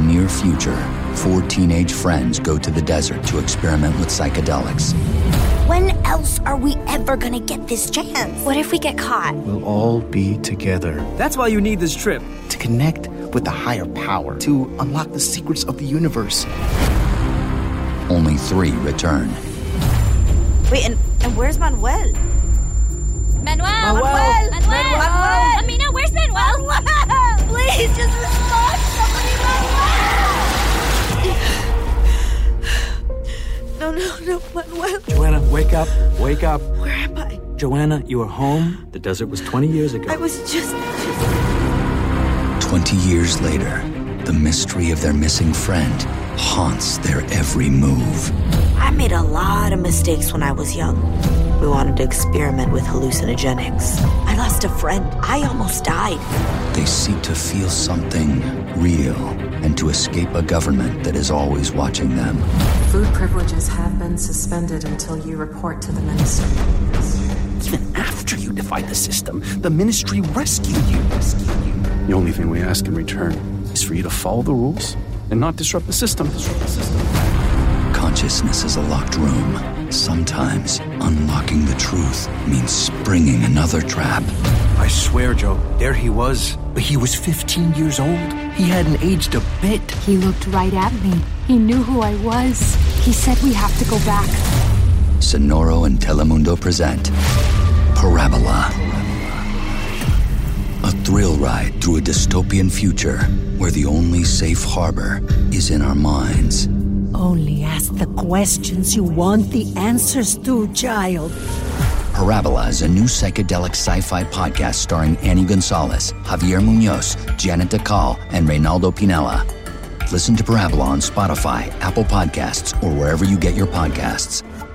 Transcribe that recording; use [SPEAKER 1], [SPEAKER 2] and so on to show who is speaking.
[SPEAKER 1] near future, four teenage friends go to the desert to experiment with psychedelics.
[SPEAKER 2] When else are we ever gonna get this chance? What if we get caught?
[SPEAKER 3] We'll all be together
[SPEAKER 4] That's why you need this trip.
[SPEAKER 3] to connect with the higher power, to unlock the secrets of the universe.
[SPEAKER 1] Only three return.
[SPEAKER 5] Wait, and, and where's Manuel?
[SPEAKER 6] Manuel! Manuel! Manuel!
[SPEAKER 5] Manuel!
[SPEAKER 6] Amina, where's Manuel?
[SPEAKER 5] Please just respond, somebody, Manuel! No, no, no, Manuel.
[SPEAKER 4] Joanna, wake up. Wake up.
[SPEAKER 5] Where am I?
[SPEAKER 4] Joanna, you are home. The desert was 20 years ago.
[SPEAKER 5] I was just.
[SPEAKER 1] Twenty years later, the mystery of their missing friend haunts their every move.
[SPEAKER 5] I made a lot of mistakes when I was young. We wanted to experiment with hallucinogenics. I lost a friend. I almost died.
[SPEAKER 1] They seek to feel something real and to escape a government that is always watching them.
[SPEAKER 7] Food privileges have been suspended until you report to the minister.
[SPEAKER 3] Even after you defy the system, the ministry rescue you. Rescue you.
[SPEAKER 8] The only thing we ask in return is for you to follow the rules and not disrupt the system. Disrupt the system.
[SPEAKER 1] Consciousness is a locked room. Sometimes unlocking the truth means springing another trap.
[SPEAKER 9] I swear, Joe, there he was. But he was 15 years old. He hadn't aged a bit.
[SPEAKER 10] He looked right at me. He knew who I was. He said we have to go back.
[SPEAKER 1] Sonoro and Telemundo present Parabola. A thrill ride through a dystopian future where the only safe harbor is in our minds.
[SPEAKER 11] Only ask the questions you want the answers to, child.
[SPEAKER 1] Parabola is a new psychedelic sci fi podcast starring Annie Gonzalez, Javier Munoz, Janet DeCal, and Reynaldo Pinella. Listen to Parabola on Spotify, Apple Podcasts, or wherever you get your podcasts.